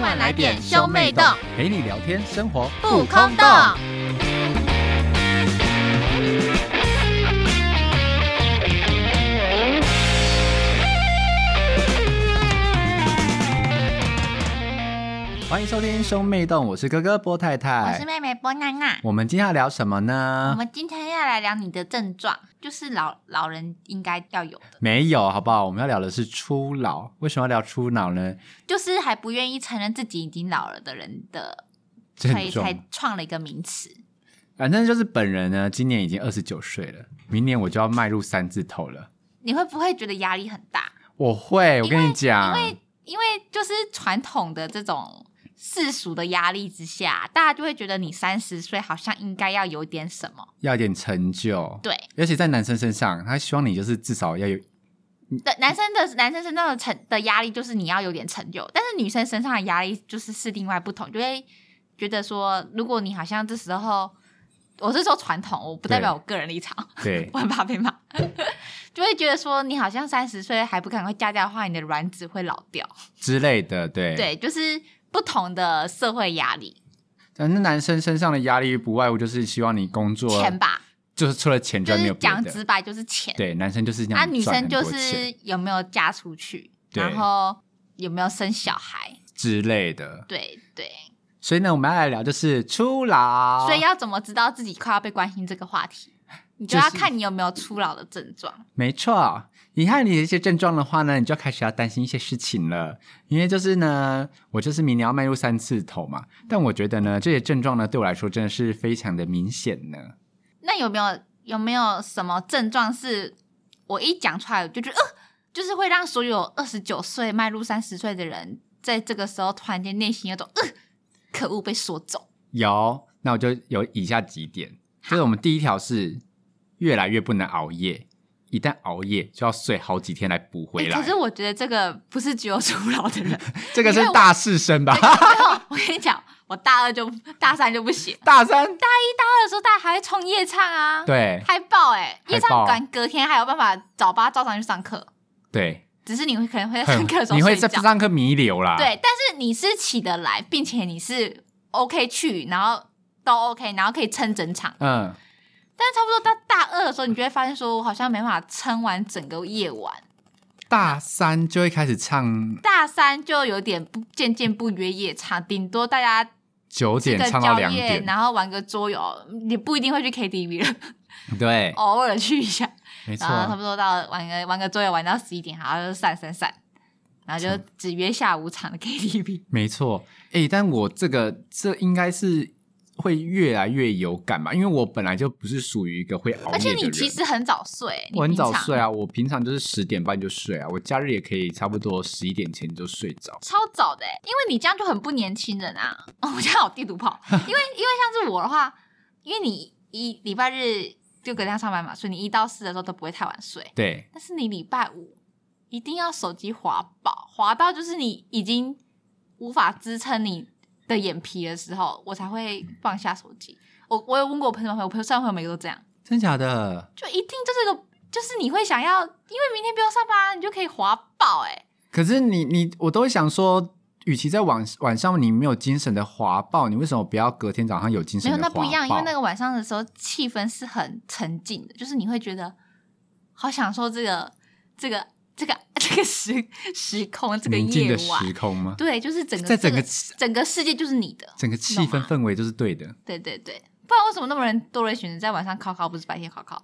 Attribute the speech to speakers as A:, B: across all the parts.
A: 快来点兄妹洞，
B: 陪你聊天，生活
A: 不空洞。
B: 欢迎收听兄妹洞，我是哥哥波太
A: 我
B: 太。
A: 是妹妹波娜娜。
B: 我们今天要聊什么
A: 我
B: 呢？
A: 们今天要来聊你的症状，就是老老人应该要有的，
B: 没有，好不好？我们要聊的是初老。为什么要聊初老呢？
A: 就是还不愿意承认自己已经老了的人的，所
B: 症
A: 以
B: 状。
A: 才创了一个名词。
B: 反正就是本人呢，今年已经二十九岁了，明年我就要迈入三字头了。
A: 你会不会觉得压力很大？
B: 我会，我跟你讲，
A: 因为因为就是传统的这种世俗的压力之下，大家就会觉得你三十岁好像应该要有点什么。
B: 要有点成就，
A: 对，
B: 尤其在男生身上，他希望你就是至少 要有
A: 的男生的男生身上的成的压力就是你要有点成就，但是女生身上的压力就是是另外不同，就会觉得说，如果你好像这时候，我是说传统，我不代表我个人立场，
B: 对
A: 我很怕被骂，就会觉得说你好像三十岁还不赶快嫁掉的话，你的卵子会老掉。
B: 之类的，对。
A: 对，就是不同的社会压力，
B: 反正男生身上的压力不外乎就是希望你工作，
A: 钱吧，
B: 就是除了钱
A: 就
B: 之外没
A: 是
B: 有别
A: 讲
B: 的。
A: 直白就是钱。
B: 对，男生就是这
A: 那、
B: 样。
A: 啊女生就是有没有嫁出去，
B: 对
A: 然后有没有生小孩，
B: 之类的。
A: 对对。
B: 所以呢，我们要来聊就是初老。
A: 所以要怎么知道自己快要被关心这个话题？你就
B: 就
A: 要
B: 是
A: 看你有没有初老的症状。
B: 没错，你看你的一些症状的话呢，你就要开始要担心一些事情了。因为就是呢，我就是明年要迈入三次头嘛，但我觉得呢，这些症状呢对我来说真的是非常的明显呢。
A: 那有没有有没有什么症状是我一讲出来我就觉得，呃，就是会让所有二十九岁迈入三十岁的人，在这个时候突然间内心有种，呃，可恶被说走。
B: 有，那我就有以下几点，就是我们第一条是越来越不能熬夜，一旦熬夜就要睡好几天来补回
A: 欸
B: 来。
A: 可是我觉得这个不是只有初老的 人，
B: 这个
A: 因
B: 是
A: 为我
B: 大四生吧？
A: 我跟你讲，我大二就大三就不行，
B: 大三
A: 大二的时候大家还会冲夜唱啊，，
B: 对
A: 嗨爆哎、
B: 嗨爆
A: 夜唱赶隔天还有办法早八照常去上课，
B: 对，
A: 只是你会可能会 在
B: 很
A: 上课的时候
B: 你会
A: 睡
B: 在
A: 觉，
B: 上课弥留啦。
A: 对，但是你是起得来，并且你是 OK 去，然后都 OK，然后可以撑整场，
B: 嗯，
A: 但是差不多到大二的时候，你就会发现说我好像没办法撑完整个夜晚，
B: 大三就会开始唱
A: 大三就有点不渐渐不约夜唱，顶多大家。
B: 九
A: 吃
B: 点
A: 个
B: 唱到
A: 宵
B: 两
A: 夜，
B: 点，
A: 然后玩个桌游，你不一定会去 KTV 了，
B: 对，
A: 偶尔去一下，
B: 没错
A: 然，后差不多到玩个玩个桌游玩到十一点，然后就散散散，然后就只约下午场的 KTV。
B: 没错。诶，但我这个这应该是会越来越有感吧，因为我本来就不是属于一个会熬
A: 而
B: 夜
A: 且
B: 的人。
A: 你其实很早睡，你
B: 我很
A: 平
B: 早
A: 常
B: 睡啊，我平常就是十点半就睡啊，我假日也可以差不多十一点前就睡着。
A: 超早的欸，因为你这样就很不年轻人啊！我这样好地图炮，因为因为像是我的话，因为你一礼拜日就隔天要上班嘛，所以你一到四的时候都不会太晚睡。
B: 对，
A: 但是你礼拜五一定要手机滑爆，滑到就是你已经无法支撑你的眼皮的时候，我才会放下手机。我我有问过我朋友，我朋友上朋友每个都这样，
B: 真假的？
A: 就一定就是个就是你会想要，因为明天不用上班，啊你就可以滑爆哎、欸
B: 可是你你我都会想说，与其在晚晚上你没有精神的滑爆，你为什么不要隔天早上有精
A: 没
B: 神
A: 有，
B: 的滑
A: 那
B: 爆？
A: 不一样，因为那个晚上的时候气氛是很沉静的，就是你会觉得好享受这个这个这个 这个时时空这个
B: 宁静
A: 夜
B: 的时
A: 晚，
B: 空吗？
A: 对，就是整个
B: 在整
A: 这
B: 个
A: 个整个世界就是你的，
B: 整个气氛氛围都是对的
A: 对对对，不然为什么那么人多人选择在晚上考考，不是白天考考？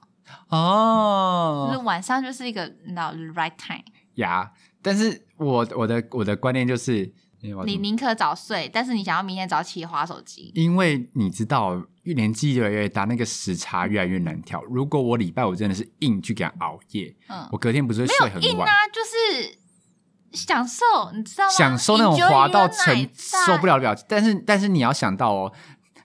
A: 啊就是
B: 哦
A: 晚上就是一个你知道 right time，
B: 呀。但是我我的我的观念就是，哎我要怎么
A: 你宁可早睡，但是你想要明天早起划手机。
B: 因为你知道，年纪越来越大，那个时差越来越难调。如果我礼拜五真的是硬去给他熬夜，
A: 嗯
B: 我，隔天不是会睡
A: 没有
B: 很
A: 硬
B: 晚，
A: 啊，就是享受，你知道吗？
B: 享受那种
A: Enjoy
B: 滑到
A: your
B: 承
A: night
B: 受不了的表情。但是但是你要想到哦，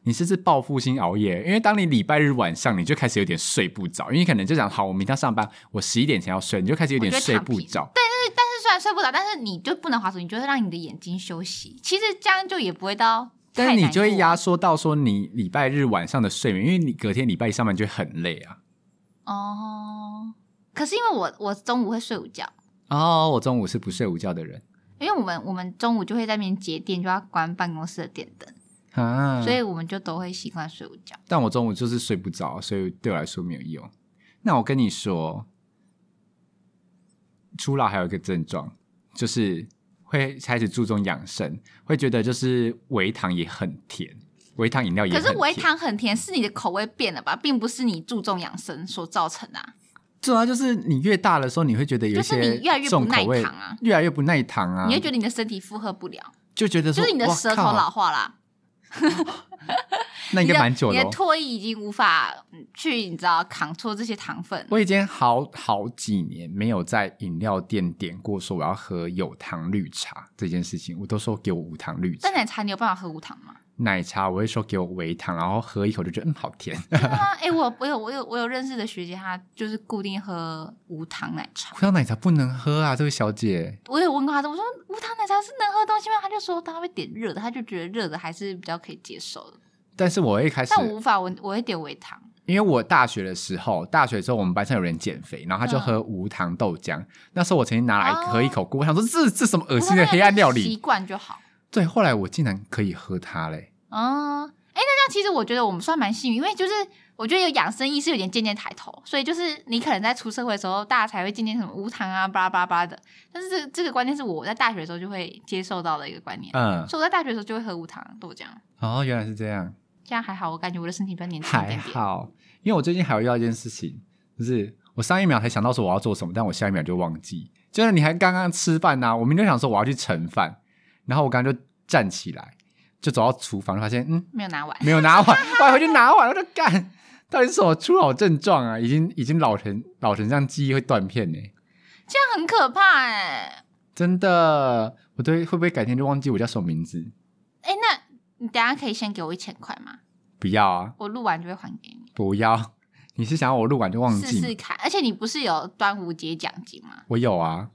B: 你是是报复性熬夜，因为当你礼拜日晚上你就开始有点睡不着，因为可能就想好，我明天上班，我十一点前要睡，你就开始有点
A: 我觉得
B: 睡
A: 躺平
B: 不 着。
A: 但是虽然睡不着，但是你就不能划手机，你就会让你的眼睛休息。其实这样就也不会到太
B: 但
A: 难
B: 是
A: 过，
B: 你就会压缩到说你礼拜日晚上的睡眠，因为你隔天礼拜一上班就会很累啊。
A: 哦。可是因为我我中午会睡午觉，
B: 哦，我中午是不睡午觉的人，
A: 因因为我们我们中午就会在那边节电，就要关办公室的电灯，
B: 啊，
A: 所以我们就都会习惯睡午觉。
B: 但我中午就是睡不着，所以对我来说没有用。那我跟你说，初老还有一个症状，就是会开始注重养生，会觉得就是微糖也很甜，微糖饮料也
A: 可
B: 很
A: 是
B: 甜。
A: 微糖很甜，是你的口味变了吧，并不是你注重养生所造成啊。
B: 主要就是你越大的时候，你会觉得有一
A: 就是
B: 些
A: 你越来越
B: 重
A: 不耐
B: 口味
A: 糖啊，
B: 越来越不耐糖啊，
A: 你会觉得你的身体负荷不了，
B: 就觉得
A: 就
B: 说
A: 是你的
B: 哇
A: 舌头
B: 靠
A: 老化啦，
B: 那应
A: 你
B: 该
A: 的
B: 蛮久
A: 你
B: 的、
A: 的
B: 哦。
A: 唾液已经无法嗯去你知道扛错这些糖分。
B: 我已经好好几年没有在饮料店点过说我要喝有糖绿茶这件事情，我都说给我无糖绿茶
A: 但。奶茶你有办法喝无糖吗？
B: 奶茶我会说给我微糖，然后喝一口就觉得嗯好甜，
A: 对啊，哎、我有我有我有我有认识的学姐，她就是固定喝无糖奶茶。
B: 葡萄奶茶不能喝啊，这位小姐。
A: 我有问过她的，我说无糖奶茶是能喝的东西吗？她就说她会点热的，她就觉得热的还是比较可以接受的。
B: 但是我一开始
A: 但，我无法，我我会点微糖。
B: 因为我大学的时候，大学的时候我们班上有人减肥，然后他就
A: 嗯
B: 喝无糖豆浆。那时候我曾经拿来
A: 哦
B: 喝一口过，我想说这这什么恶
A: 我
B: 心的黑暗料
A: 习
B: 理？
A: 惯就好。
B: 对，后来我竟然可以喝它嘞。
A: 嗯，哎、那这样其实我觉得我们算蛮幸运，因为就是我觉得有养生意识有点渐渐抬头，所以就是你可能在出社会的时候，大家才会渐渐什么无糖啊、巴拉巴拉巴拉的。但是这个这个观念是我在大学的时候就会接受到的一个观念，
B: 嗯，
A: 所以我在大学的时候就会喝无糖豆浆。
B: 哦，原来是这样，
A: 这样还好，我感觉我的身体比较年轻一
B: 还
A: 点点。
B: 好。因为我最近还有遇到一件事情，就是我上一秒才想到说我要做什么，但我下一秒就忘记。就是你还刚刚吃饭呐、我明天想说我要去盛饭，然后我刚刚就站起来，就走到厨房，发现嗯
A: 没有拿完，
B: 没有拿碗，我还回去拿碗，我就干，到底是什么初老症状啊？已经已经老成老成这样，记忆会断片呢、
A: 这样很可怕哎、
B: 真的，我对会不会改天就忘记我叫什么名字？
A: 诶哎、那你等一下可以先给我一千块吗？
B: 不要啊，
A: 我录完就会还给你，
B: 不要！你是想要我录完就忘
A: 试
B: 记？
A: 试看。而且你不是有端午节奖金吗？
B: 我有啊，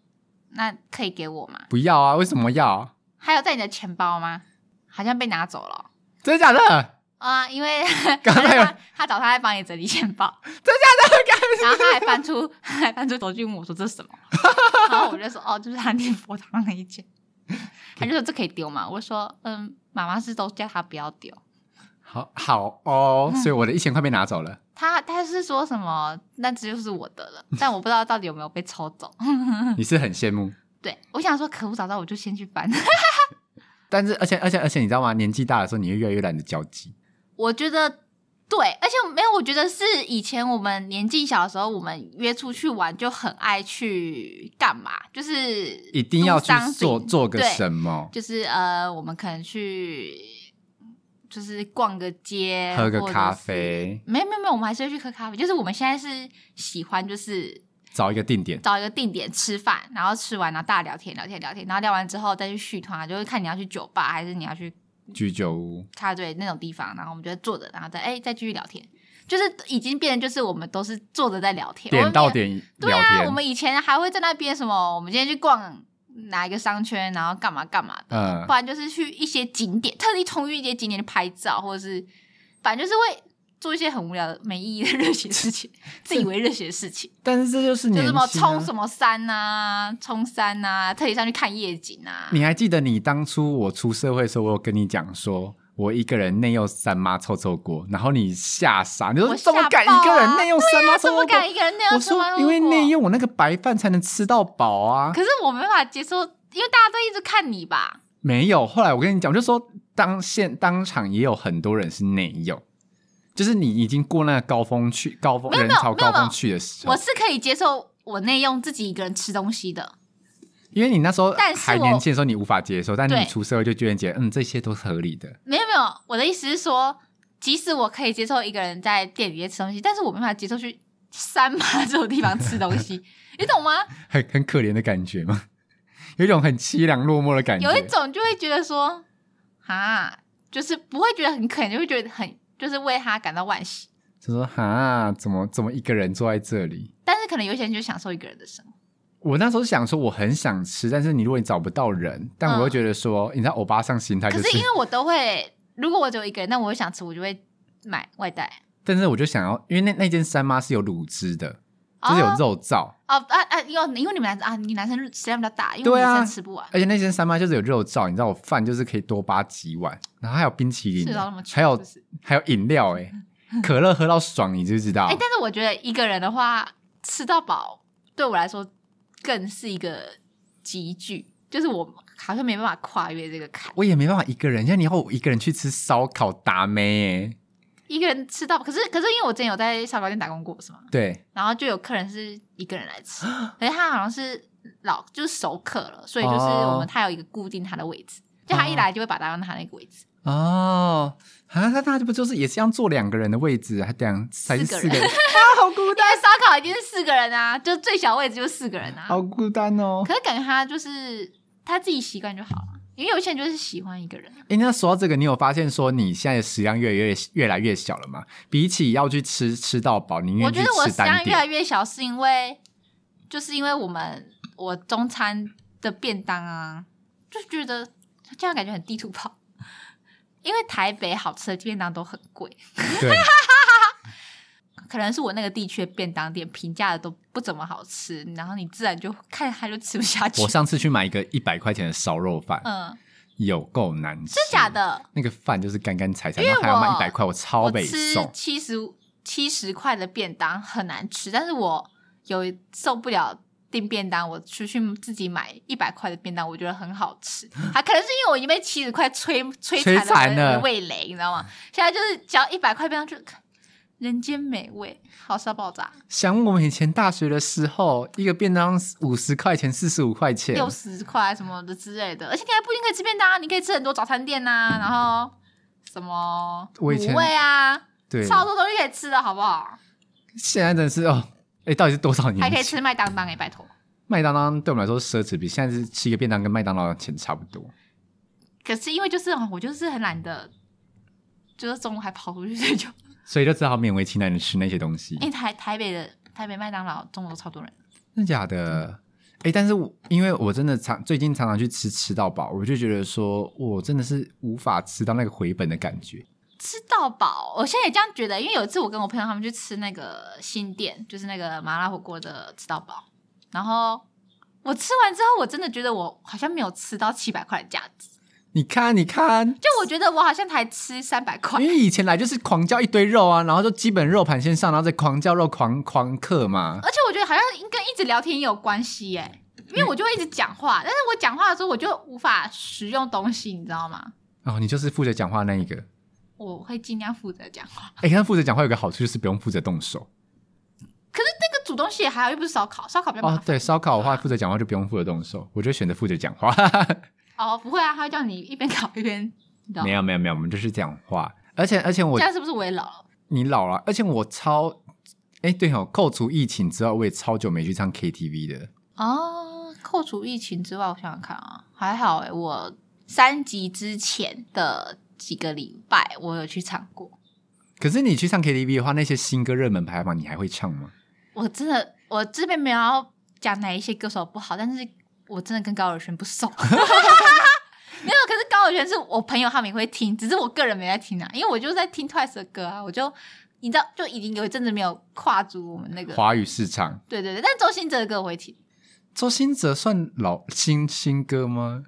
A: 那可以给我吗？
B: 不要啊，为什么要？
A: 还有在你的钱包吗？好像被拿走了哦
B: 真的假的？
A: 啊、因 为
B: 刚才有
A: 他他找他来帮你整理钱 包，真假的？然后他还翻出他还翻出手机问我说这是什么，然后我就说哦，就是他念佛堂那一件。他就说这可以丢吗？我说嗯，妈妈是都叫他不要丢。
B: 好好哦，
A: 嗯
B: 所以我的一千块被拿走了。
A: 他他是说什么？那这就是我的了，但我不知道到底有没有被抽走。 嗯
B: 你是很羡慕，
A: 对，我想说可恶，早知道我就先去翻。
B: 但是而且而且而且，你知道吗？年纪大的时候，你会越来越懒得交际。
A: 我觉得对，而且没有，我觉得是以前我们年纪小的时候，我们约出去玩就很爱去干嘛，就是
B: 一定要去
A: do something，
B: 做做个
A: 对
B: 什么，
A: 就是呃，我们可能去就是逛个街，
B: 喝个
A: 哎或者
B: 咖
A: 是。
B: 啡，
A: 没有没有没有，我们还是会去喝咖啡。就是我们现在是喜欢，就是
B: 找一个定点。
A: 找一个定点吃饭，然后吃完然后大家聊天聊天聊天，然后聊完之后再去续团，就是看你要去酒吧还是你要去
B: 居酒屋，
A: 咖啡那种地方，然后我们就会坐着，然后再哎、再继续聊天，就是已经变成就是我们都是坐着在聊天，我
B: 点
A: 们
B: 到
A: 没有。
B: 点
A: 对
B: 聊
A: 啊，
B: 天。
A: 我们以前还会在那边什么，我们今天去逛哪一个商圈，然后干嘛干嘛的，
B: 嗯
A: 不，然就是去一些景点，特地冲去一些景点去拍照，或者是反正就是会做一些很无聊的、没意义的热血事 情，自以为热血的事情。
B: 但是这就是
A: 就
B: 年
A: 是什
B: 轻、
A: 么
B: 啊。
A: 冲什么山呐、冲山呐、特意上去看夜景啊。
B: 你还记得你当初我出社会的时候，我有跟你讲说，我一个人内用三妈臭臭锅，然后你吓傻，你说
A: 我
B: 怎么
A: 吓
B: 敢
A: 爆啊
B: 一个人内用三妈臭
A: 怎
B: 臭锅？
A: 么敢一个人那
B: 我
A: 样吃
B: 说
A: 完火？
B: 因为内用我那个白饭才能吃到饱啊。
A: 可是我没办法接受，因为大家都一直看你吧。
B: 没有，后来我跟你讲，我就说当现当场也有很多人是内用，就是你已经过那个高峰去高峰
A: 没有
B: 人潮
A: 没有
B: 高
A: 没有
B: 峰去的时候
A: 我，是可以接受我内用自己一个人吃东西的，
B: 因为你那时候
A: 但是
B: 还
A: 我
B: 年轻的时候你无法接受，但是你
A: 对
B: 出社会就觉得觉得嗯这些都是合理的。
A: 没有没有。我的意思是说，即使我可以接受一个人在店里面吃东西，但是我没办法接受去山嘛这种地方吃东 西，你懂吗？
B: 很很可怜的感觉吗？ 有一种很凄凉落寞的感觉。
A: 有一种就会觉得说，啊，就是不会觉得很可怜，就会觉得很就是为他感到惋惜。
B: 就说哈，怎么怎么一个人坐在这里？
A: 但是可能有一些人就享受一个人的生活。
B: 我那时候想说我很想吃，但是你如果你找不到人，但我又
A: 嗯
B: 觉得说，你知道欧巴上心态就
A: 可是因为我都会，如果我只有一个人，那我想吃，我就会买外带。
B: 但是我就想要，因为那那间三妈是有卤汁的，就是有
A: 哦
B: 肉燥，
A: 哦啊啊，因为因为你们男生啊，你男生食量比较大，因为
B: 对
A: 女
B: 啊
A: 生吃不完。
B: 而且那间三妈就是有肉燥，你知道我饭就是可以多扒几碗，然后还有冰淇淋
A: 是到那么，穷
B: 还有
A: 是不是
B: 还有饮料、 欸，可乐喝到爽，你知不知道？
A: 哎、但是我觉得一个人的话，吃到饱对我来说更是一个极具，就是我好像没办法跨越这个坎。
B: 我也没办法一个人，像你以后我一个人去吃烧烤达妹、欸，
A: 一个人吃到饱，可是可是因为我之前有在烧烤店打工过，是吗？
B: 对，
A: 然后就有客人是一个人来 吃，可是他好像是老就是熟客了，所以就是
B: 哦
A: 我们他有一个固定他的位置，就他一来就会把他用他那个位置。
B: 哦，啊，那那不就是也是要坐两个人的位置，还两还是
A: 四个
B: 四个
A: 人
B: 人，啊，好孤
A: 因
B: 单，
A: 为烧烤一定是四个人啊，就最小位置就是四个人啊。
B: 好孤单哦。
A: 可是感觉他就是他自己习惯就好了，因为有些人就是喜欢一个人啊。
B: 哎、那说到这个，你有发现说你现在的食量越来越越来越小了吗？比起要去吃吃到饱，你愿
A: 我
B: 意去
A: 觉得我
B: 吃
A: 食量
B: 单
A: 越来
B: 点？
A: 越小，是因为就是因为我们我中餐的便当啊，就觉得这样感觉很地图炮，因为台北好吃的便当都很贵，
B: 对，
A: 可能是我那个地区的便当店评价的都不怎么好吃，然后你自然就看它就吃不下去
B: 我。上次去买一个一百块钱的烧肉饭，
A: 嗯，
B: 有够难吃，
A: 真假？的？
B: 那个饭就是干干柴柴，
A: 因为
B: 然后还要卖
A: 我
B: 一百块，我超
A: 我
B: 北
A: 吃
B: 送。
A: 七十七十块的便当很难吃，但是我有受不了订便当，我出去自己买一百块的便当，我觉得很好 吃。还可能是因为我已经被七十块摧摧
B: 摧残
A: 残了我
B: 了
A: 的味蕾，你知道吗？现在就是只要一百块便当就人间美味，好吃到爆炸，
B: 想我们以前大学的时候，一个便当五十块钱、四十五块钱，
A: 六十块什么的之类的，而且你还不一定可以吃便当啊，你可以吃很多早餐店呐、然后什么
B: 我以前
A: 卤味啊，
B: 对，
A: 超多东西可以吃的，好不好？
B: 现在真的是哦，哎，到底是多少年？
A: 还可以吃麦当当哎、拜托。
B: 麦当当，对我们来说是奢侈品，现在是吃一个便当跟麦当劳的钱差不多。
A: 可是因为就是哦我就是很懒得，就是中午还跑出去睡觉。
B: 所以就只好勉为其难的吃那些东西
A: 因，为台台北的台北麦当劳中午都超多人，
B: 真的假的？哎、但是我因为我真的常最近常常去吃吃到饱，我就觉得说我真的是无法吃到那个回本的感觉。
A: 吃到饱。我现在也这样觉得，因为有一次我跟我朋友他们去吃那个新店，就是那个麻辣火锅的吃到饱，然后我吃完之后，我真的觉得我好像没有吃到七百块的价值，
B: 你看，你看，
A: 就我觉得我好像才吃三百块
B: 因。为以前来就是狂叫一堆肉啊，然后就基本肉盘先上，然后再狂叫肉狂狂客嘛。
A: 而且我觉得好像跟一直聊天也有关系耶、因为我就会一直讲话，但是我讲话的时候我就无法食用东西，你知道吗？
B: 哦，你就是负责讲话那一个。
A: 我会尽量负责讲话。
B: 哎、但负责讲话有个好处就是不用负责动手。
A: 可是那个煮东西也还好，又不是烧烤，烧烤比较麻
B: 哦
A: 烦。，
B: 对，烧烤的话负责讲话就不用负责动手，我就选择负责讲话。
A: 哦不会啊，他会叫你一边烤一边，你知道
B: 没
A: 吗？
B: 有没有没有，我们就是讲话。而且而且我
A: 这样是不是我也老了？
B: 你老了，而且我超哎对哦，扣除疫情之后，我也超久没去唱 KTV 的。
A: 哦，扣除疫情之外，我想想看啊，还好诶、我三级之前的几个礼拜我有去唱过，
B: 可是你去唱 KTV 的话，那些新歌热门排行榜你还会唱吗？
A: 我真的我这边没有要讲哪一些歌手不好，但是我真的跟高尔宣不 熟。没有，可是高尔宣是我朋友他们也会听，只是我个人没在听啊，因为我就在听 Twice 的歌啊，我就你知道，就已经有一阵子没有跨足我们那个
B: 华语市场，
A: 对对对，但周星哲的歌我会听，
B: 周兴哲算老新新歌吗？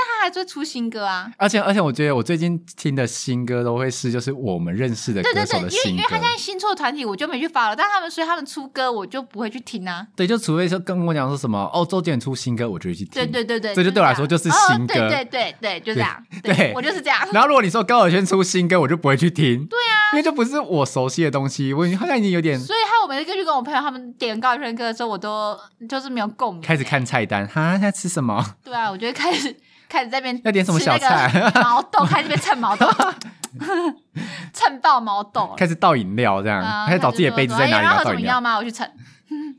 A: 他还是会出新歌啊。
B: 而且而且，我觉得我最近听的新歌都会是就是我们认识的
A: 对对对，
B: 歌手
A: 因
B: 的
A: 为因
B: 新
A: 为
B: 歌，
A: 他现在新出的团体，我就没去发了。但他们所以他们出歌，我就不会去听啊。
B: 对，就除非说跟我讲说什么哦，周杰伦出新歌，我就会去听。
A: 对对对对，
B: 这就对我来说就是新歌
A: 哦、对对对对，就这样。
B: 对对
A: 我就是这样。
B: 然后如果你说高尔宣出新歌，我就不会去听。对啊，因为就不是我熟悉的东西，我已经好像已经有点
A: 所以害我每次去跟我朋友他们点高一圈歌的时候，我都就是没有共鸣。
B: 开始看菜单，哈，现在吃什么？
A: 对啊，我就会开始开始在那边
B: 要点什么
A: 吃那
B: 小菜
A: 个 毛豆，开始在那边蹭 毛豆，蹭爆毛 豆。
B: 开始倒饮料这样，
A: 啊
B: 开始找自己的杯子在哪里啊
A: 然后
B: 然
A: 喝
B: 后
A: 什
B: 倒
A: 么
B: 饮
A: 饮
B: 料
A: 料。吗？我去蹭。哎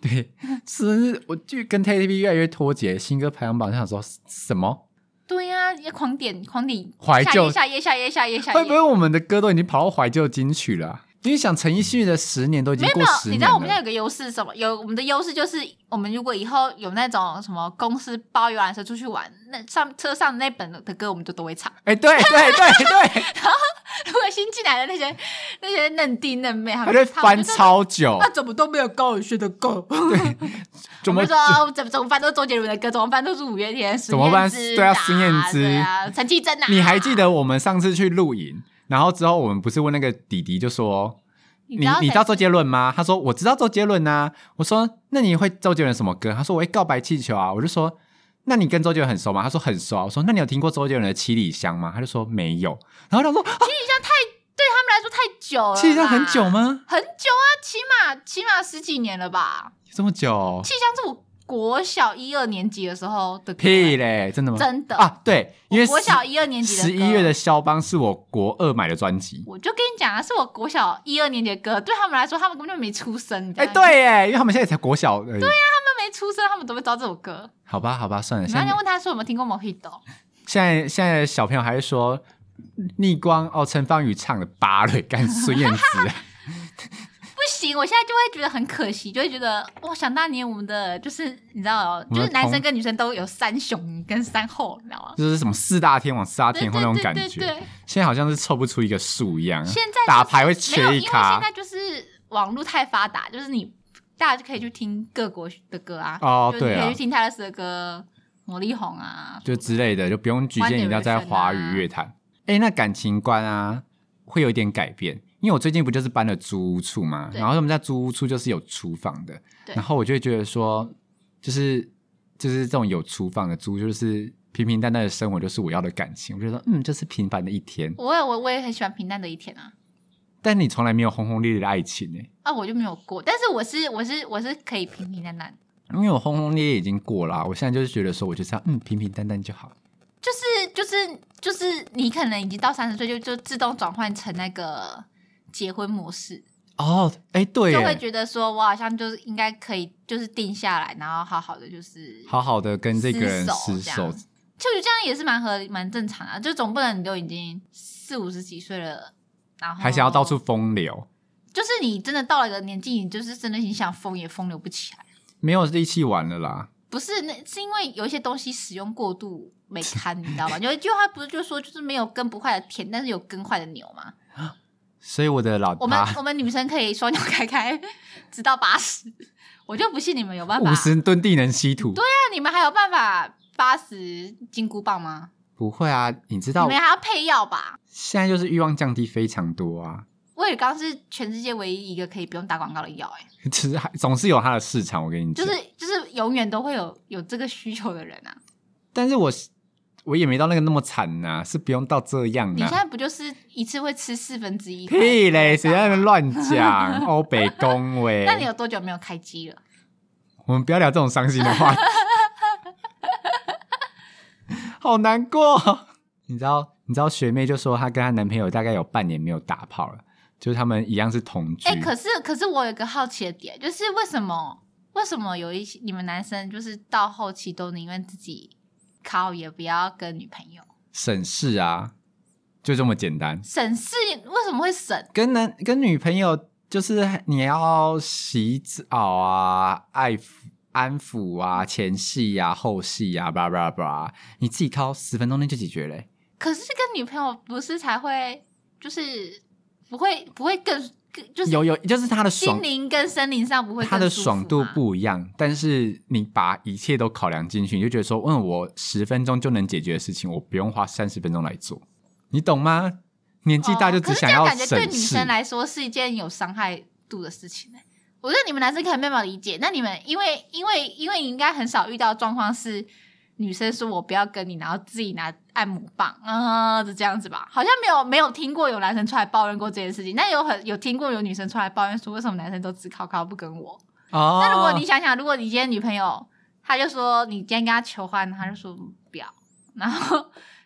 B: 对，是，我就跟 KTV 越来越脱节，新歌排行榜上想说什么？
A: 对呀、要狂点狂点
B: 怀旧
A: 下夜下夜下夜下夜下夜。
B: 会不会我们的歌都已经跑到怀旧金曲了啊、因为想陈奕迅的十年都已经
A: 没有没
B: 过
A: 有，
B: 十
A: 你
B: 年
A: 知道我们现在
B: 了，
A: 有个优势是什么？有我们的优势就是，我们如果以后有那种什么公司包游览车出去玩，那上车上那本的歌我们就都会唱。
B: 哎、对对对 对，
A: 如果新进来的那些那些嫩弟嫩妹，他
B: 他
A: 们
B: 就
A: 唱
B: 翻。超久
A: 那、，怎么都没有高宇轩的歌？ 我
B: 怎么
A: 们说啊我怎么怎么办都是周杰伦的歌，怎么办都是五月天、
B: 怎么办
A: 孙燕姿
B: 对啊孙燕姿
A: 对啊，陈绮贞啊。
B: 你还记？得我们上次去露营，然后之后我们不是问那个弟弟，就说
A: 你
B: 你你知道周杰伦吗？他说我知道周杰伦呐、我说那你会周杰伦什么歌？他说我会告白气球啊。我就说那你跟周杰伦很熟吗？他说很熟啊。我说那你有听过周杰伦的《七里香》吗？他就说没有。然后他说啊，
A: 对他们来说太久了，
B: 《七里香》很久？吗？
A: 很久啊，起码起码十几年了吧。
B: 这么久？
A: 气象是我国小一二年级的时候的歌
B: 屁嘞，真的吗？
A: 真的
B: 啊，对，因为
A: 我国小一二年级的歌
B: 十一月的，肖邦是我国二买的专辑。
A: 我就跟你讲啊，是我国小一二年级的歌，对他们来说，他们根本就没出生。你知道
B: 哎、
A: 吗
B: 对耶，因为他们现在才国小而已。对呀、啊。
A: 他们没出生，他们都会知道这首歌。
B: 好吧，好吧，算了，
A: 你
B: 现在
A: 刚才问他说有没有听过 Mojito，
B: 现在现在的小朋友还是说逆光哦，陈芳宇唱的《芭蕾》干孙燕 姿啊，
A: 不行，我现在就会觉得很可惜，就会觉得哇，想当年我们的就是你知道哦，
B: 我
A: 就
B: 们的
A: 是男生
B: 同
A: 跟女生都有三雄跟三后，你知道吗？
B: 就是什么四大天王、四大
A: 对
B: 天后
A: 对
B: 那种
A: 对
B: 感觉。
A: 对对
B: 现在好像是凑不出一个数一样，啊
A: 现在就是
B: 打牌会
A: 没有，
B: 缺
A: 因
B: 一
A: 为现
B: 卡
A: 在就是网络太发达，就是你大家就可以去听各国的歌啊，
B: 哦
A: 就是
B: 对
A: 你可
B: 啊
A: 以去听泰勒斯的歌、魔力红啊，
B: 就之类的，就不用局限一定要在华语乐坛。哎、那感情观啊，会有一点改变。因为我最近不就是搬了租屋处嘛，
A: 对
B: 然后我们在租屋处就是有厨房的，
A: 对
B: 然后我就会觉得说，就是就是这种有厨房的租，就是平平淡淡的生活，就是我要的感情。我就说，嗯，这是平凡的一天。
A: 我也我我也很喜欢平淡的一天啊。
B: 但你从来没有轰轰烈烈的爱情欸呢、
A: 啊，我就没有过，但是我是我是我是可以平平淡淡，
B: 因为我轰轰烈烈已经过了啊、我现在就是觉得说，我就是要嗯平平淡淡就好。
A: 就是就是就是你可能已经到三十岁就就自动转换成那个结婚模式，
B: 哦，哎，对
A: 就会
B: 耶，
A: 觉得说我好像就是应该可以就是定下来，然后好好的就是
B: 好好的跟这个人厮
A: 厮守这
B: 守
A: 样，就这样也是蛮合理、蛮正常的、啊，就总不能你都已经四五十几岁了，然后
B: 还想要到处，风流，
A: 哦就是你真的到了一个年纪，你就是真的你想疯也疯流不起来。
B: 没有力气玩了啦。
A: 不是，那是因为有一些东西使用过度没堪，你知道 吗？有一句话不是就说，就是没有耕不坏的田，但是有耕坏的牛嘛。
B: 所以我的老
A: 我们
B: 爸
A: 我们女生可以双脚开开， 直到八十，我就不信你们啊有办法。
B: 五十吨地能稀土，
A: 那你们还有办法八十金箍棒吗？
B: 不会啊，你知
A: 你
B: 道
A: 们还要配药吧？
B: 现在就是欲望降低非常多啊，
A: 威尔刚是全世界唯一一个可以不用打广告的药、欸，
B: 其实还总是有它的市场，我跟你
A: 就
B: 讲。
A: 是就是永远都会有有这个需求的人啊。
B: 但是我我也没到那个那么惨呐、是不用到这样
A: 你现
B: 啊。
A: 在不就是一次会吃四分之一？
B: 屁嘞，谁在那边？乱 讲？欧北恭维。
A: 那你有多久没有开机了？
B: 我们不要聊这种伤心的话 题，好难过。你知道，你知道学妹就说她跟她男朋友大概有半年没有打炮了，就是他们一样是同居。
A: 哎、可是可是我有一个好奇的点，就是为什么为什么有一些你们男生就是到后期都宁愿自己靠，也不要跟女朋友
B: 省事啊，就这么简单。
A: 省事？为什么会省？
B: 跟男跟女朋友就是你要洗澡啊，爱抚安抚啊，前戏啊，后戏啊，叭叭叭，你自己靠十分钟内就解决嘞、欸
A: 可是跟女朋友不是才会就是不会不会更更就是
B: 有有，就是他的爽
A: 心灵跟森林上不会更
B: 它的
A: 舒服
B: 爽度
A: 吗
B: 不一样，但是你把一切都考量进去，你就觉得说，嗯，我十分钟就能解决的事情，我不用花三十分钟来做，你懂吗？年纪大就
A: 哦
B: 只
A: 可是这
B: 想
A: 样
B: 要
A: 感觉对
B: 省
A: 女
B: 事，
A: 生来说是一件有伤害度的事情、欸、我觉得你们男生可能没办法理解。那你们因为因为因为你应该很少遇到状况是女生说我不要跟你，然后自己拿按摩棒，啊、就这样子吧。好像没有没有听过有男生出来抱怨过这件事情，但有很有听过有女生出来抱怨说为什么男生都只靠靠不跟我。
B: 哦，
A: 那如果你想想，如果你今天女朋友，她就说你今天跟她求欢，她就说不要，然后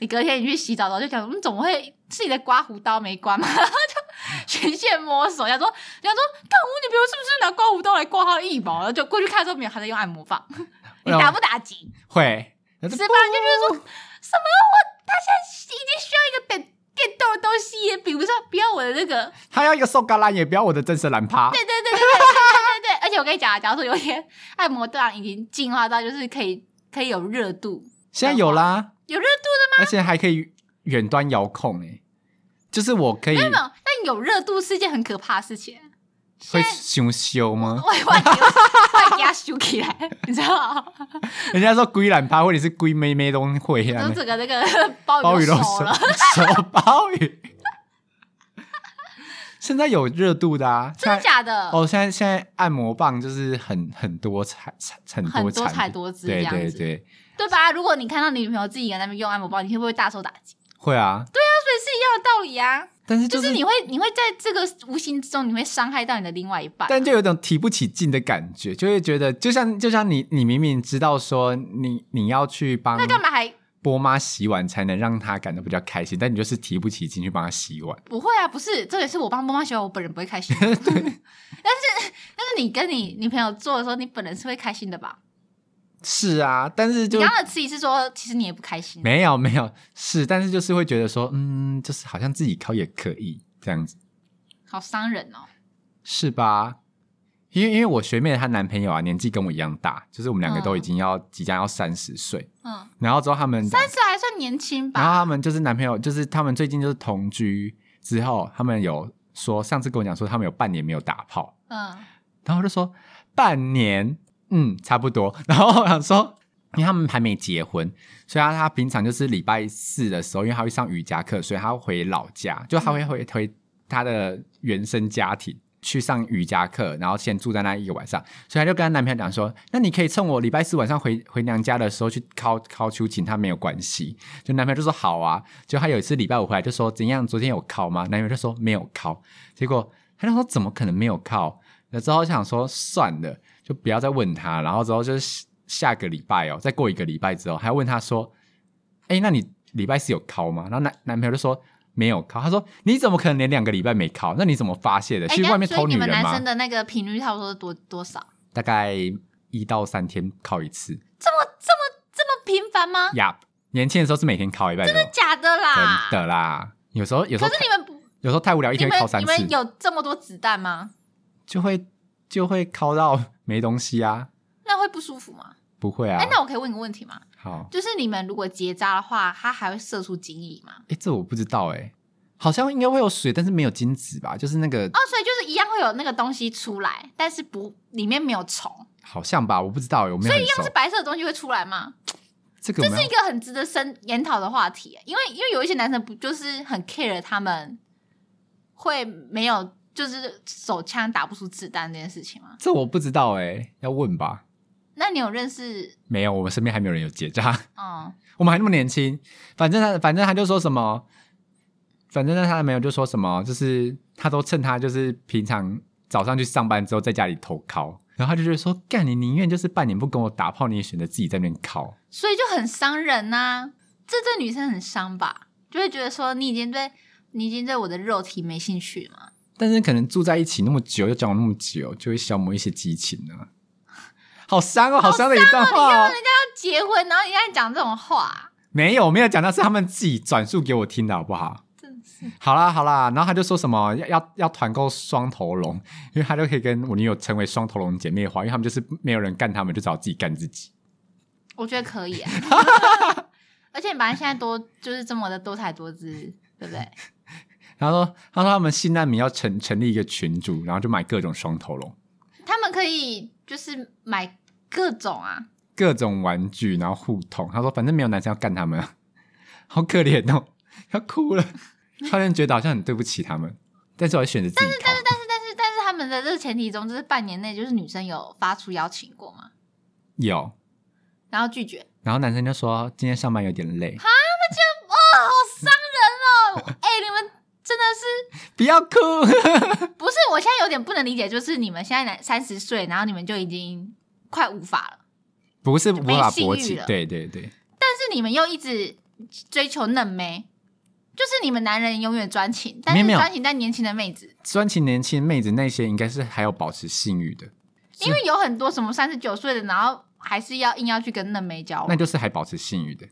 A: 你隔天你去洗澡的时候就想，嗯，怎么会是你的刮胡刀没关嘛？然后 就全线摸索，想说想说，干我女朋友是不是拿刮胡刀来刮她的腋毛？然后就过去看之后，没有，她在用按摩棒， 你打不打紧？
B: 会，
A: 是吧？你就觉得说什么我，她现在已经需要一个等电动的东西也比不上，不要我的那个。
B: 他要一个瘦嘎烂，也不要我的真实蓝趴。
A: 对对对对对对对对。而且我跟你讲啊，假如说有一天按摩棒已经进化到就是可以可以有热度，
B: 现在有啦，
A: 有热度
B: 而且还可以远端遥控诶、就是我可以
A: 没有没有，但有热度是一件很可怕的事情。
B: 会
A: 现在
B: 羞羞吗？
A: 我也我也给我也给它修起来，你知道吗？
B: 人家说龟懒趴或者是龟妹妹都会
A: 然
B: 啊
A: 后，整个那个鲍
B: 鲍
A: 鱼
B: 鱼
A: 都
B: 都
A: 熟
B: 熟
A: 了，
B: 熟鲍鱼。 现在有热度的啊，
A: 真的
B: 现在
A: 假的？
B: 哦，现在现在按摩棒就是很很多彩彩很
A: 很
B: 多
A: 多彩
B: 彩
A: 多姿这
B: 对
A: 样子，
B: 对对，
A: 对吧？如果你看到你女朋友自己在那边用按摩棒，你会不会大受打击？
B: 会啊，
A: 那所以是一样的道理啊，
B: 但是
A: 就
B: 就是
A: 你会你会在这个无形之中，你会伤害到你的另外一半。
B: 但就有一种提不起劲的感觉，就会觉得就像就像你你明明知道说你你要去帮
A: 那干嘛还
B: 波妈洗碗才能让她感到比较开心，但你就是提不起劲去帮她洗碗。
A: 不会啊？不是，这也是我帮妈妈洗碗，我本人不会开 心。但是但是你跟你女朋友做的时候，你本人是会开心的吧？
B: 是啊，但是
A: 你
B: 就
A: 刚刚的词语是说，其实你也不开心。
B: 没有没有是，但是就是会觉得说，嗯，就是好像自己靠也可以这样子，
A: 好伤人哦！
B: 是吧？因为因为我学妹她男朋友啊，年纪跟我一样大，就是我们两个都已经要、即将要三十岁，
A: 嗯，
B: 然后之后他们
A: 三十还算年轻
B: 然后
A: 吧？
B: 他们就是男朋友，就是他们最近就是同居之后，他们有说上次跟我讲说他们有半年没有打炮，
A: 嗯，
B: 然后我就说半年，嗯，差不多。 然后我想说，因为他们还没结婚，所以他他平常就是礼拜四的时候，因为他会上瑜伽课，所以他会回老家，就他会回回他的原生家庭。去上瑜伽课，然后先住在那一个晚上，所以他就跟她男朋友讲说：“那你可以趁我礼拜四晚上回回娘家的时候去敲敲秋瑾，他没有关系。”就男朋友就说：“好啊。”就他有一次礼拜五回来就说：“怎样？昨天有敲吗？”男朋友就说：“没有敲。”结果他就说：“怎么可能没有靠？”那之后想说算了，就不要再问他。然后之后就是下下个礼拜哦，再过一个礼拜之后，还问他说：“哎，那你礼拜四有考吗？”然后男男朋友就说：“没有考。”他说：“你怎么可能连两个礼拜没考？那你怎么发泄的？
A: 哎
B: 去外面
A: 所以
B: 偷
A: 你
B: 女
A: 们
B: 人
A: 男
B: 吗
A: 生的那个频率差不多多多少？？”
B: 大概一到三天考一次。
A: 这么这么这么频繁吗？
B: 呀、年轻的时候是每天考一拜真的
A: 假的啦！
B: 真的啦。有时候有时
A: 可
B: 候
A: 是你们不，
B: 有时候太无聊，一
A: 你
B: 天
A: 们
B: 会考三
A: 你
B: 次，
A: 们有这么多子弹吗？
B: 就会就会考到没东西啊。
A: 那会不舒服吗？
B: 不会啊
A: 哎、，那我可以问个问题吗？
B: 好。
A: 就是你们如果结扎的话，它还会射出精液吗？
B: 哎，这我不知道哎、好像应该会有水，但是没有精子吧？就是那个、
A: 哦，所以就是一样会有那个东西出来，但是不里面没有虫，
B: 好像吧，我不知道哎、我没有
A: 所
B: 很
A: 以一样是
B: 熟。
A: 白色的东西会出来吗？
B: 这个
A: 这
B: 我们
A: 是一
B: 要
A: 个很值得深研讨的话题，因为因为有一些男生不就是很 care 他们会没有就是手枪打不出子弹这件事情吗？
B: 这我不知道哎、要问吧？
A: 那你有认识
B: 没有，我们身边还没有人有结扎，
A: 哦？
B: 我们还那么年轻。反正他，反正他就说什么，反正他没有就说什么，就是他都趁他就是平常早上去上班之后在家里偷烤，然后他就觉得说，干你宁愿就是半年不跟我打炮，你也选择自己在那边烤。
A: 所以就很伤人呐、这对女生很伤吧？就会觉得说你已经对你已经对我的肉体没兴趣了嘛。
B: 但是可能住在一起那么久，又交往那么久，就会消磨一些激情啊。好伤哦，好伤的一段话哦。
A: 要结婚，然后你在讲这种话，
B: 没有，没有讲到是他们自己转述给我听的，好不好？
A: 真是
B: 好啦，好啦，然后他就说什么要要要团购双头龙，因为他就可以跟我女友成为双头龙姐妹花，因为他们就是没有人干他们，就只好自己干自己。
A: 我觉得可以、啊。而且你本来现在多就是这么的多彩多姿，对不对？
B: 然后说他说他们新难民要成成立一个群组，然后就买各种双头龙、
A: 他们可以就是买各种啊，
B: 各种玩具，然后互捅。他说反正没有男生要干他们，好可怜哦， 要哭了。突然觉得好像很对不起他们，但是我还选择自己掏。
A: 但是但是但是他们的这个前提中，就是半年内就是女生有发出邀请过嘛，
B: 有，
A: 然后拒绝，
B: 然后男生就说今天上班有点累，
A: 哦，好伤人哦！哎、你们真的是。
B: 不要哭。
A: 不是，我现在有点不能理解，就是你们现在三十岁，然后你们就已经快无法了，
B: 不是
A: 就
B: 无
A: 没
B: 法
A: 性
B: 勃
A: 欲
B: 起
A: 了，
B: 对对对，
A: 但是你们又一直追求嫩妹，就是你们男人永远专情，但
B: 没有
A: 是
B: 没有
A: 专情在年轻的妹子，
B: 专情年轻妹子那些应该是还有保持性欲的，
A: 因为有很多什么三十九岁的，然后还是要硬要去跟嫩妹交
B: 那
A: 往，
B: 就是还保持性欲的，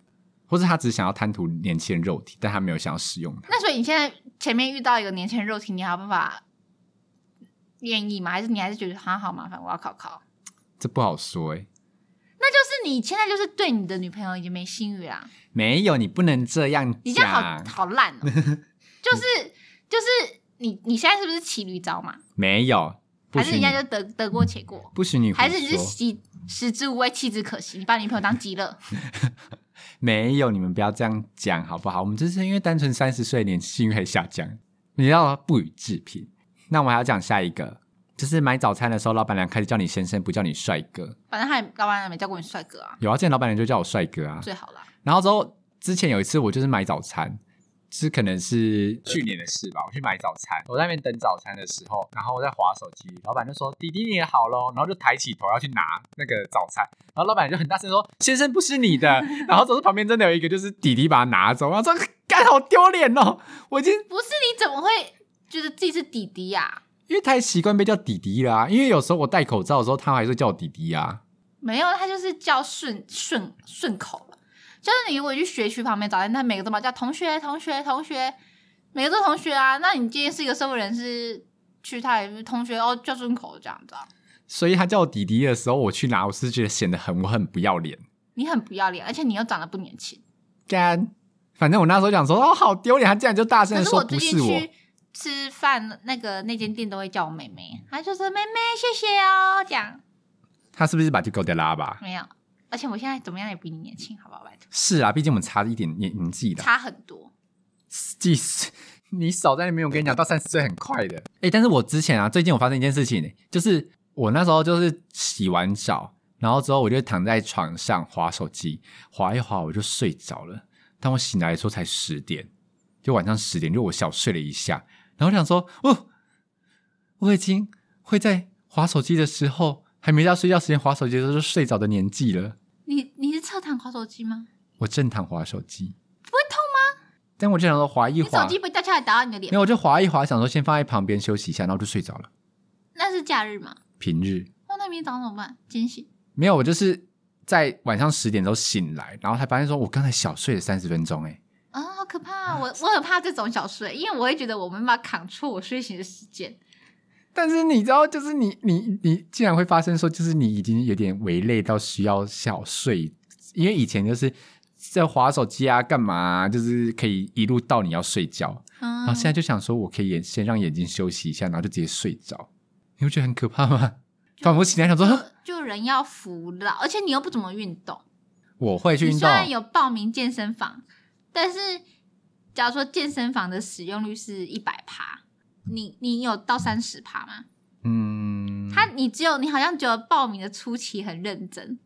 B: 或是他只是想要贪图年轻人肉体，但他没有想要使用它。
A: 那所以你现在前面遇到一个年轻人肉体，你还有办法愿意吗？还是你还是觉得他好麻烦，我要考考？
B: 这不好说哎、
A: 那就是你现在就是对你的女朋友已经没性欲啦，
B: 没有，你不能这样
A: 你这样好
B: 讲。
A: 好 烂哦、就是就是你你现在是不是骑驴找马？
B: 没有，不
A: 还是人
B: 许你
A: 家，就得得过且过？
B: 不许你胡
A: 还是你是
B: 说
A: 食食之无味，弃之可惜？你把女朋友当极乐？
B: 没有，你们不要这样讲好不好？我们这是因为单纯三十岁年性欲还下降，你要不予置评。那我还要讲下一个，就是买早餐的时候，老板娘开始叫你先生，不叫你帅哥。
A: 反正他也老板娘没叫过你帅哥啊，
B: 有啊，见老板娘就叫我帅哥啊。
A: 最好啦。
B: 然后之后之前有一次我就是买早餐，是可能是去年的事吧，我去买早餐，我在那边等早餐的时候，然后我在划手机，老板就说：“弟弟你也好喽。”然后就抬起头要去拿那个早餐，然后老板就很大声说：“先生不是你 的。”然后总是旁边真的有一个就是弟弟把它拿走，然后说：“干好丢脸哦！”我已经
A: 不是你怎么会觉得自己是弟弟啊呀、
B: 因为太习惯被叫弟弟啦、因为有时候我戴口罩的时候，他还是叫我弟弟啊。
A: 没有，他就是叫顺顺顺口了。就是你如果去学区旁边找店，他每个都嘛叫同学同学同学，每个都同学啊。那你今天是一个社会人士，去他也是同学哦，叫顺口这样子啊。
B: 所以他叫我弟弟的时候，我去拿，我是觉得显得很我很不要脸。
A: 你很不要脸，而且你又长得不年轻。
B: 干。反正我那时候想说，哦，好丢脸，他竟然就大声
A: 可
B: 的
A: 是
B: 说
A: 我
B: 不
A: 最
B: 是
A: 近
B: 我
A: 去，吃饭，那个那间店都会叫我妹妹，她就说妹妹谢谢哦，这样
B: 他是不是把这狗的拉吧？
A: 没有。而且我现在怎么样也比你年轻，好不好？拜托，
B: 是啊，毕竟我们差一点年年纪啦。
A: 差很多。
B: 即使 你少在那边，我跟你讲，到三十岁很快的。哎、但是我之前啊，最近我发生一件事情，就是我那时候就是洗完澡，然后之后我就躺在床上划手机，划一划我就睡着了。当我醒来的时候才十点，就晚上十点，就我小睡了一下，然后我想说，哦，我已经会在划手机的时候，还没到睡觉时间划手机的时候就睡着的年纪了。
A: 你你是侧躺滑手机吗？
B: 我正躺划手机，不会痛吗？但我就想说划一
A: 你手
B: 划，
A: 机不会掉下来打到你的
B: 没
A: 脸？
B: 有，我就划一划，想说先放在旁边休息一下，然后就睡着了。
A: 那是假日吗？
B: 平日
A: 哦，那明天早上怎么办？惊喜？
B: 没有，我就是在晚上十点的时候醒来，然后才发现说我刚才小睡了三十分钟、欸，
A: 啊、好可怕啊、我我很怕这种小睡，因为我会觉得我没办法扛住我睡醒的时间。
B: 但是你知道，就是你你你竟然会发生说，就是你已经有点微累到需要小睡，因为以前就是在划手机啊，干嘛、啊，就是可以一路到你要睡觉，
A: 嗯
B: 然后现在就想说我可以眼先让眼睛休息一下，然后就直接睡着，你会觉得很可怕吗？仿佛醒来想说，哼
A: 就人要服老，而且你又不怎么运动。
B: 我会去
A: 你
B: 运
A: 虽
B: 动，
A: 然有报名健身房，但是假如说健身房的使用率是一百趴，你你有到三十趴吗？
B: 嗯，
A: 他你只有你好像只有报名的初期很认真，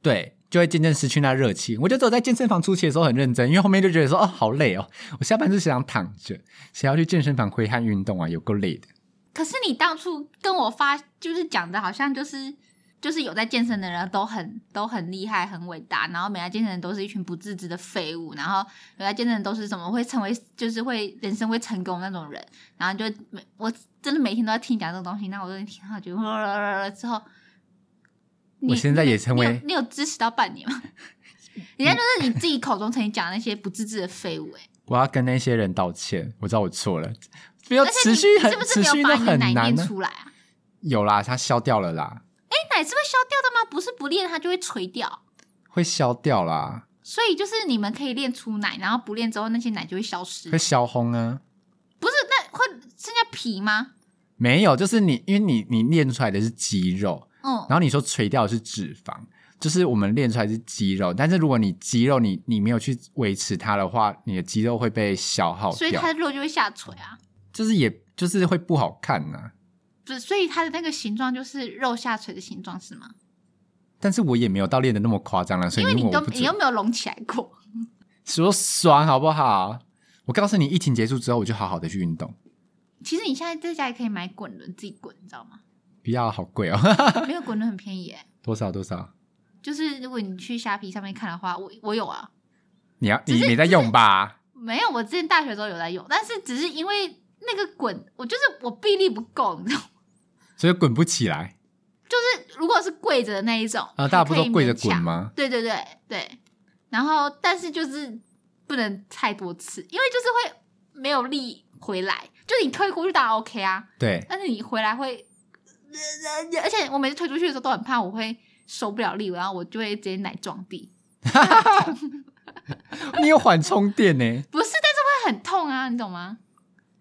B: 对，就会渐渐失去那热情。我就只有在健身房初期的时候很认真，因为后面就觉得说，哦，好累哦，我下班就想躺着，谁要去健身房挥汗运动啊，有够累的。
A: 可是你当初跟我发，就是讲的好像就是就是有在健身的人都很都很厉害、很伟大，然后没在健身的人都是一群不自知的废物，然后有在健身的人都是怎么会成为就是会人生会成功那种人，然后就每我真的每天都在听你讲这种东西，那我都听到觉得之后，你
B: 我现在也成为
A: 你有你有支持到半年吗？人家就是你自己口中曾经讲的那些不自知的废物、欸，
B: 我要跟那些人道歉，我知道我错了，不要
A: 而且
B: 持
A: 你
B: 续很
A: 是不是
B: 持
A: 没
B: 续
A: 有把
B: 那
A: 你的
B: 很
A: 奶
B: 难
A: 念
B: 呢、
A: 出来啊？
B: 有啦，它消掉了啦，
A: 奶是会消掉的吗？不是不练它就会垂掉，
B: 会消掉啦，
A: 所以就是你们可以练出奶，然后不练之后那些奶就会消失
B: 会。消烘啊。
A: 不是，那会剩下皮吗？
B: 没有，就是你，因为你你练出来的是肌肉，
A: 嗯，
B: 然后你说垂掉的是脂肪，就是我们练出来是肌肉，但是如果你肌肉你你没有去维持它的话，你的肌肉会被消耗
A: 所以
B: 掉
A: 它，的肉就会下垂啊。
B: 就是也就是会不好看呐、
A: 不是，所以它的那个形状就是肉下垂的形状是吗？
B: 但是我也没有到练的那么夸张了，所
A: 因
B: 以
A: 为
B: 你
A: 你
B: 问
A: 都
B: 我不
A: 你又
B: 准，
A: 没有隆起来过。
B: 说爽好不好？我告诉你，疫情结束之后，我就好好的去运动，
A: 其实你现在在家也可以买滚轮自己滚，你知道吗？
B: 不要好贵哦，
A: 没有滚轮很便宜耶、
B: 多少多少？
A: 就是如果你去虾皮上面看的话，我我有啊，
B: 你要
A: 只
B: 你
A: 是
B: 没在用吧？
A: 没有，我之前大学的时候有在用，但是只是因为那个滚，我就是我臂力不够，你知道吗
B: 所以滚不起来
A: 如果是跪着的那一种
B: 啊！大家不
A: 还
B: 是
A: 可以
B: 都跪着
A: 勉强
B: 滚？吗？
A: 对对对对。然后但是就是不能太多次，因为就是会没有力回来。就你推过去当然 OK 啊，
B: 对，
A: 但是你回来会，而且我每次推出去的时候都很怕我会受不了力，然后我就会直接奶撞地，
B: 你有缓冲垫呢，
A: 不是，但是会很痛啊，你懂吗？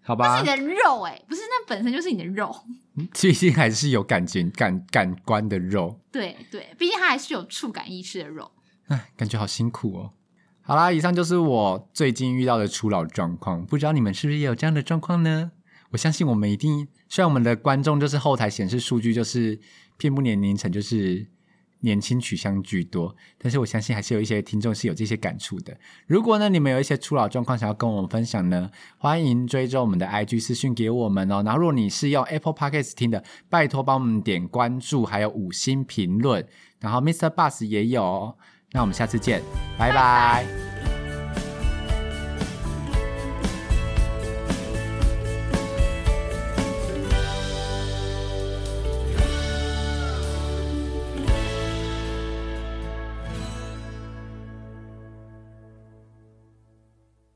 B: 好
A: 那是
B: 吧
A: 你？的肉哎、不是，那本身就是你的肉。
B: 毕竟还是有感情感感官的肉，
A: 对对，毕竟它还是有触感意识的肉。
B: 唉，感觉好辛苦哦。好啦，以上就是我最近遇到的初老状况，不知道你们是不是也有这样的状况呢？我相信我们一定，虽然我们的观众就是后台显示数据就是遍布年龄层，就是年轻取向居多，但是我相信还是有一些听众是有这些感触的。如果呢你们有一些初老状况想要跟我们分享呢，欢迎追踪我们的 IG 私讯给我们哦。然后如果你是用 Apple Podcast 听的，拜托帮我们点关注，还有五星评论。然后 Mr. Bus 也有哦。那我们下次见，拜拜